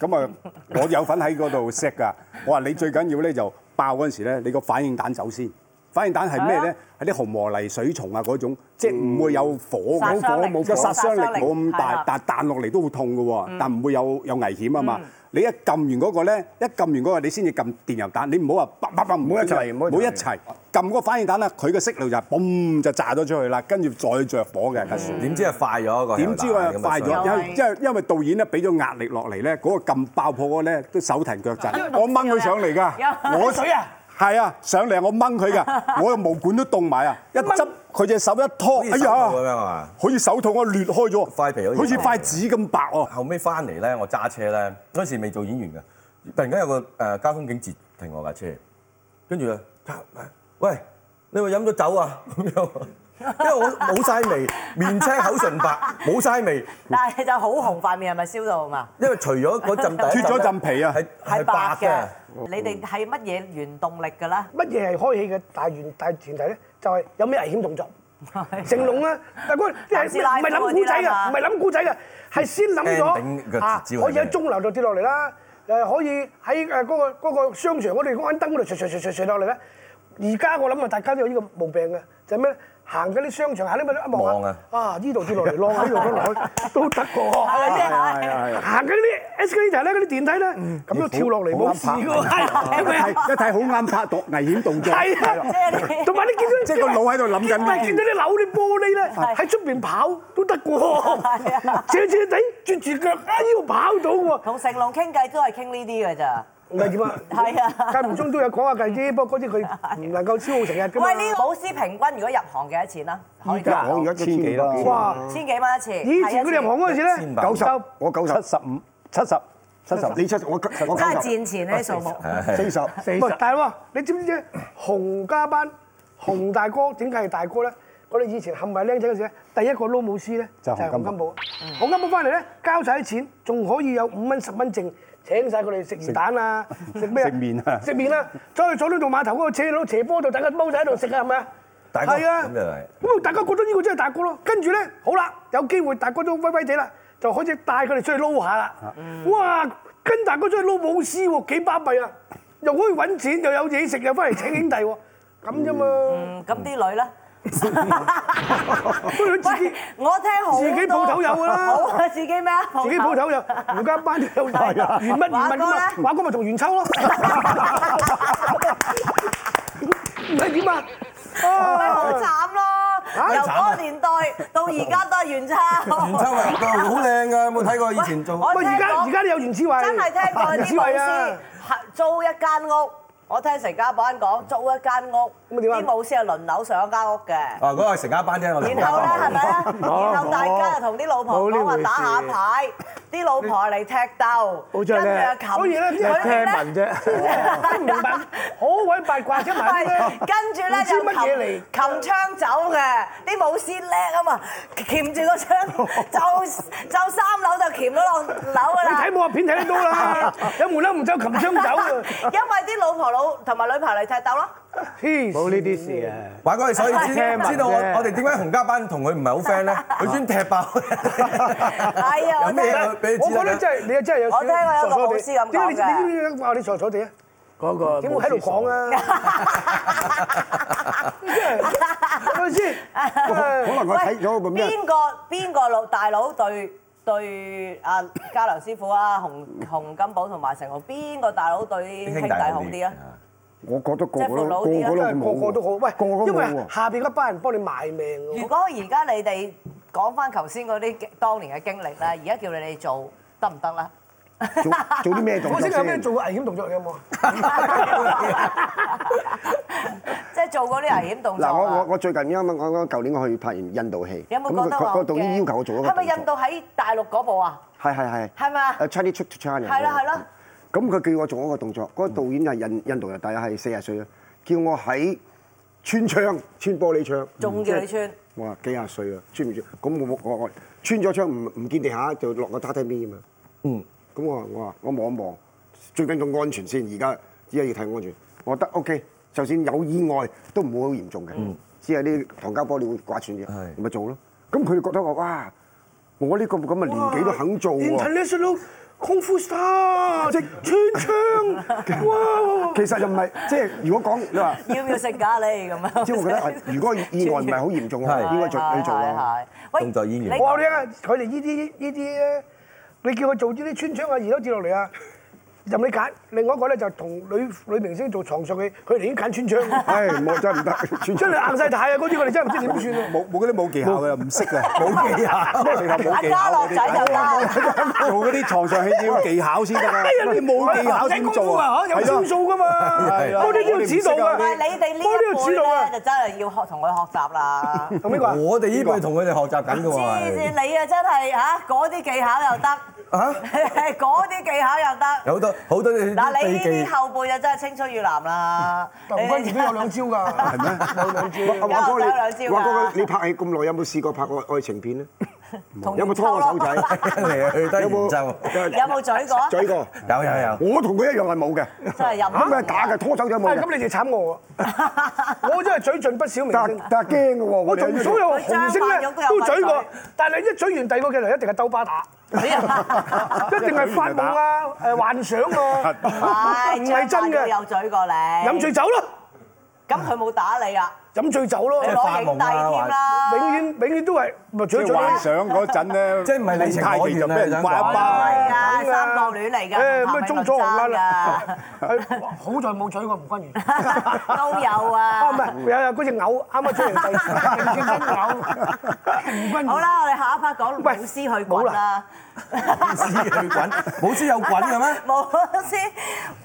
咁啊我有份喺嗰度 set 㗎，我話你最緊要咧就爆嗰陣時咧，你個反應彈走先。反應彈係咩咧？係啲紅磨泥水蟲啊嗰種，即係唔會有火殺嘅，傷力個殺傷力冇咁係啦大，但彈落嚟都會痛嘅喎，但唔會有有危險啊嘛。你一撳完嗰個咧，一撳完嗰個你先至撳電油彈，你唔好話叭叭叭唔好一齊，唔唔好好一齊一齊撳嗰個反應彈啦，佢嘅息率就係嘣就炸咗出去啦，跟住再着火嘅架船。點知係快咗個？點知佢快咗，因為因為因為導演咧俾咗壓力落嚟咧，嗰個撳爆破嗰個咧都手騰腳震，我掹佢上嚟㗎，我水啊！係啊，上嚟我 掹佢㗎，我個毛管都凍埋啊！一執佢隻手一拖，哎哎呀咁樣呀，啊嘛！好似手套我裂開咗，塊皮好似好似塊紙咁白喎。後尾翻嚟咧，我揸車咧，嗰陣時未做演員嘅，突然間有個誒、呃交通警截停我架車，跟住啊，喂，你咪飲咗酒啊？咁樣，因 為我冇晒味，面青口唇白，冇晒味，但係就好紅塊面係咪燒到啊嘛？因為除咗嗰陣第一脫咗陣皮啊係係白係白嘅哦嘅。，你哋係乜嘢原動力㗎啦？乜嘢係開戲嘅大原大前提咧？就係有咩危險 動作。成龍啊咧，但 嗰啲係唔係諗古仔㗎？唔係諗古仔㗎，係先諗 Ending 咗嘅啊，招係咩可以喺鐘樓度跌落嚟啦，誒可以喺誒嗰個嗰個商場嗰度嗰間燈嗰度垂垂垂垂垂落嚟咧。而家我諗啊，大家都有呢個毛病嘅，就係咩咧？行緊啲商場，行啲乜一望望啊啊呢度跌落嚟浪啊，呢度跌落去都得嘅喎。係咪先啊係係？係係行緊啲 escalator 咧，嗰啲電梯咧，咁樣跳落嚟冇事嘅喎，係咪啊？一睇好啱拍動危險動作，係 即啊，係你同埋你見到即係個腦喺度諗緊 唔係見到啲樓啲玻璃咧係啊喺出邊跑都得嘅喎， 斜斜地啜住腳啊要跑到喎，同成龍傾偈都係傾呢啲嘅咋。唔係點啊？係啊間唔中都有講下計啫，不過嗰啲佢唔能夠超好成日㗎嘛喂，呢個舞師平均如果入行幾多錢啊？可以家行講咗千幾啦，哇！千幾蚊一次。啊以前佢哋入行嗰陣時咧千，八九十就，我九十，七十五、七十、七十。你七十，我我九真係十，戰前呢啲數 目。四十，四喂十，大佬啊，你知唔知洪家班、洪大哥點解係大哥咧？我哋以前冚埋僆仔嗰陣時咧，第一個撈舞師咧就就係係洪金洪金嗯寶。洪金寶翻嚟咧，交晒啲錢，仲可以有五蚊、十蚊剩，請晒佢哋食魚蛋 啊，食咩啊？食麵啊食麵啊！走去佐敦道碼頭嗰個斜佬斜坡度，大家踎晒喺度食啊，係咪啊？大哥係啊，咁就係咁啊大家覺得呢個真係大哥咯。跟住咧，好啦，有機會大哥都威威地啦，就開始帶佢哋出去撈下啦。啊哇！跟大哥出去撈舞師喎，幾巴閉啊！又可以揾錢，又有嘢食，又翻嚟請兄弟喎，咁啫嘛。嗯，咁啲女咧？不過佢自己喂，我聽好多自己鋪頭有㗎啦好啊，自己咩啊？自己鋪頭有，胡家班都有大，係啊袁乜袁乜咁啊華，哥華哥咪同袁秋咯。唔係點啊？咪啊好慘咯！啊由嗰個年代到而家都係原差。袁秋啊，好靚噶，有冇睇過以前做？我喂，而家聽過而家都有袁志偉，真係聽 過袁啲志舞偉師啊，租一間屋，我聽成家保安講租一間屋，咁點啊啲舞師係輪流上一間屋嘅。啊，嗰個係成家班啫，我哋。然後咧係咪啊？然後大家就同啲老婆講話打下牌，啲老婆嚟踢鬥，好跟在住咧啊琴，所以咧佢聽哋聞啫。都明白，好鬼八卦啫嘛。係跟住咧唔知就乜嘢嚟琴琴槍走嘅，啲武師叻啊嘛，鉗住個槍就就三樓就鉗咗落樓噶你啦睇。武俠片睇得到啦，有門口唔走，擒槍 走因為啲老婆佬同埋女朋友嚟踢鬥咯，啊！黐冇線呢啲事啊！華哥，你所以聽知聞啫知道我我哋點解洪家班同佢唔係好 friend 咧？佢專踢爆。係啊我 有咩聽嘢俾你我知覺啦得真係你真係有少我聽過有個老師傻傻咁地講點解嘅你你點解話你傻傻地啊？嗰個點會喺度講啊？真係係咪先？可 能我睇咗個咩？邊個邊個老大佬對對阿嘉良師傅啊、洪洪金寶同埋成龍，邊個大佬對兄弟好啲啊？我覺得個即係個都父老個啲啊個都真係冇喎，個個都好，喂，個個都因冇喎為。下邊嗰班人幫你賣命㗎喎如果而家你哋講翻頭先嗰啲當年嘅經歷啦，而家叫你哋做得唔 得啦？做做啲咩動我 作識有先？咩做過危險動作？你有冇啊？即係做嗰啲危險動作嗱，我我啊！我最近啱啱我我舊年我去拍完印度戲，有冇覺得咁佢話佢個導演要求我做一個係咪印動作度喺大陸嗰部啊？係係係係咪啊誒 Chinese trip to China 係啦係啦。嗯咁佢叫我做一個動作，嗰個導演係印印度人，大約係四十歲啦，叫我喺穿窗穿玻璃窗，仲叫你穿即係我話幾廿歲啦，穿唔穿？咁我我我穿咗窗唔唔見地下就落個榻榻米啊嘛。嗯。咁我話我話我望一望，最緊要安全先。而家只係要睇安全，我覺得 OK。就算有意外都唔會好嚴重嘅，只係啲糖膠玻璃會刮損啫嗯係，咪做咯。咁佢哋覺得我哇，我呢個咁嘅年紀都肯做喎。 International 功夫 star，即穿 槍，哇！其實又唔係，即係如果講你 話，要唔要食咖喱咁啊？即係我覺得係，如果意外唔係好嚴重，我係 應該做去做係啦。係係喂動作演員哎你我話你啊，佢哋呢啲呢啲咧，你叫佢做呢啲穿槍啊，二樓跌落嚟 啊，任你揀。另外一個咧就同女女明星做床上嘅，佢哋已經揀穿 槍，唉，我真係 唔得，穿真出係硬晒太啊！嗰啲我哋真係唔知點算啊！冇冇嗰啲冇技巧嘅，唔識嘅，冇技巧，直頭阿冇家技巧樂嗰仔就啲。得，做嗰啲床上戲要技巧先得啊！你冇技巧點做啊？有招數噶嘛？係啊嗰啲都要指導我哋唔但識啊噶。係你哋呢一輩咧就真係要學同佢學習啦。同邊個啊？我哋呢輩同佢哋學習緊嘅黐喎線，你啊真係嚇嗰啲技巧又得，係。嚇！嗰啲技巧又得。有好多好多嗱，你秘呢技啲。後輩就真係青出於藍啦。你啊劉君自己有兩招㗎，係咩？有兩招。阿華哥有兩招你，㗎華哥你拍戲咁耐，有冇試過拍過愛情 片咧？同有冇拖過手仔？嚟去得 有研冇究。有冇嘴過啊？嘴過？有有有。我同佢一樣係冇嘅，真係咁飲係假嘅，拖手仔冇啊嘅。咁你就慘我 啊！我真係嘴盡不少明 但星。但驚嘅喎，我我仲哋數有紅星咧都嘴過，但係一嘴完第二個嘅嚟，一定係兜巴打， 一定係發夢 啊、誒幻想啊，唔係唔係真嘅，有嘴過你。飲醉酒咯。咁佢冇打你啊？飲醉酒咯，你永攞影帝添啦，遠永遠都係咪醉醉幻想嗰陣咧，即係唔係你情太我極願就俾啦人刮一係巴。啊，三角戀嚟㗎，誒同咩譚中詠左麟爭紅啦㗎，，啊 好在冇娶過吳 君如。都有啊啊。唔係，有有嗰只牛啱啱出 嚟第二隻真牛，吳君如好，啦，我哋下一 part 講老喂師去滾冇啦，老師去滾，老師有滾嘅咩？冇老師。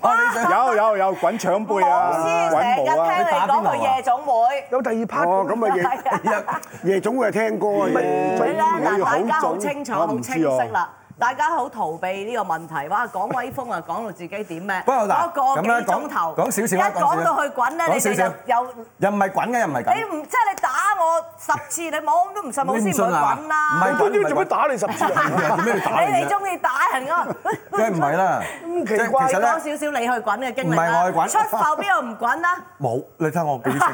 哦，你想-有有有滾腸冇背啊，師成滾日毛啊！聽你講去夜總會，有第二 part 哦，㗎咁啊係啊夜夜總會係聽歌啊嘅啫。佢咧嗱，大家好清楚、我好唔清知啊晰啦。大家好逃避呢個問題，哇！講威風啊，講到自己點咩？不過嗱講個幾咁啦講鐘頭，講少少啦一講少少講到去滾咧，你講哋少就少又又唔係滾嘅，又唔係滾。你唔即係你打我十次，你冇都唔信老師唔去 à? 滾唔係啦。咁啲做咩打你十次啊？Dạ, 係啊，做咩要打你人啫？哋中意打人啊？梗係唔係啦。咁奇怪，講即係其實咧，少少你去滾嘅經歷唔係我啦去。滾出埠邊度唔滾啦？冇，你睇我幾醒。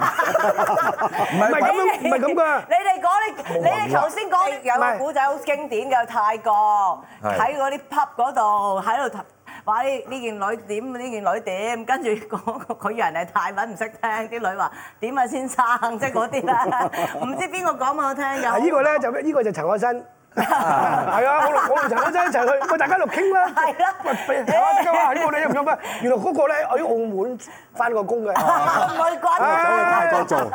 唔係 滾， 唔係咁樣，唔係咁㗎。你哋講你你哋頭先講有個古仔好經典嘅，泰國係喺嗰啲 pub 嗰度喺度話呢呢件女點呢件女點，跟住 嗰個佢以為人係泰文唔識聽，啲女話點啊先生， 即係嗰啲 啦，唔知邊個講俾我聽啊嘅。呢個咧就呢個就陳可辛。係啊，我同我同陳可辛一齊去，喂大家喺度傾啦。係啦喂，俾大家即刻話呢個你飲唔飲啊？原來嗰個咧喺澳門翻過工嘅。唔 去啊滾，泰國做係啊，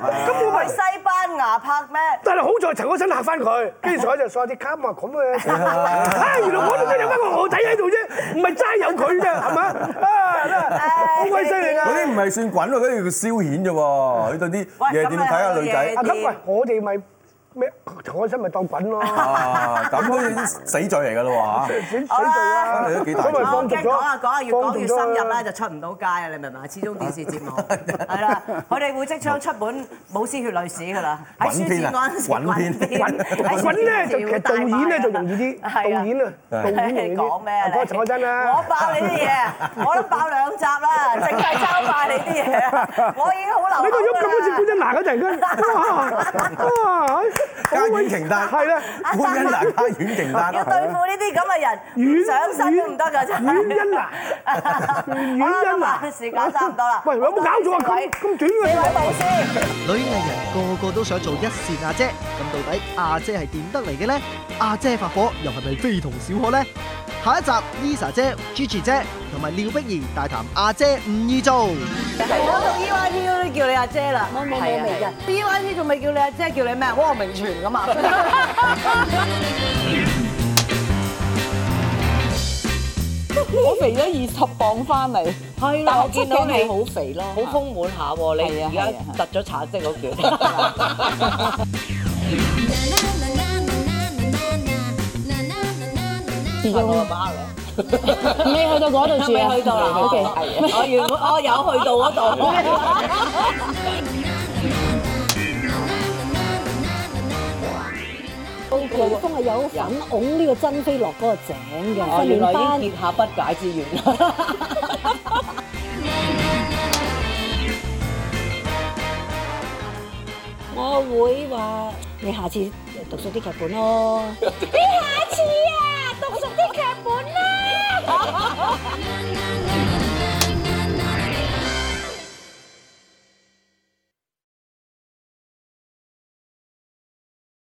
咁我咪去。西班牙拍咩？但係好在陳可辛嚇翻佢，跟住所以就所有啲卡嘛咁 嘅，啊原來我哋都有翻個卧底喺度啫，唔係齋有佢啫，係嘛？啊，真係好鬼犀利啊！嗰啲唔係算滾喎，嗰啲叫消遣啫喎，去到啲嗯喂，夜店睇下女仔。咁啊，有嘢。啊咁喂，我哋咪咩陳可辛咪當滾咯，Ờ. 啊，咁都已經死罪嚟㗎啦喎，嚇。死死罪啦，啊你都幾大咁咪我放驚毒咗，講下啊講下越放講毒越咗深入咧，。就出唔到街啊！你明唔明啊？始終電視 節目係啦，佢哋會即將出本冇鮮血淚史㗎 啦。喺書滾片展啊嗰陣時，滾片滾喺書滾咧展哎就時其會實大導演咧賣就容易啲，係啊導演啊， 導演容易你啲。講咩啊啊？嗰個陳可辛啦。我爆你啲嘢，我都爆兩集啦， 淨係抄爆你啲嘢，我已經好流口你個喐咁好似㗎潘啦。真拿咁突然間， 哇哇！加好鬼遠瓊丹 係 啦，潘欣娜加阮瓊丹。要對付啊呢啲咁嘅人，遠上身都唔得㗎真係。遠欣娜， 好遠啦，欣咁啊娜，時間差唔多啦。喂有冇搞錯啊？各位咁咁短嘅四。位老師。女藝人個個都想做一線阿姐，咁到底阿姐係點得嚟嘅呢？阿姐發火又係咪非同小可呢？下一集 Lisa 姐、Gigi 姐同埋廖碧兒大談阿姐唔易做。我讀 E Y T 都叫你阿姐啊啦，我冇冇未㗎，E Y T 仲未叫你阿姐，叫你咩？汪明荃咁啊！ 我肥咗二十磅翻嚟，係但啦，我我見見到到你你好肥咯，好豐滿下喎，你係啊係啊而家係啊突咗茶色嗰橛。 自我動阿媽咧，未去到嗰度住啊，未去到 啦，O 哦 K，我原本我有去到嗰 度。高凌風係有份拱呢個珍妃落嗰個井嘅，我失哦原來戀已班經結下不解之緣啦。 Ờ, 我會話你下次讀熟啲劇本咯。你下次啊？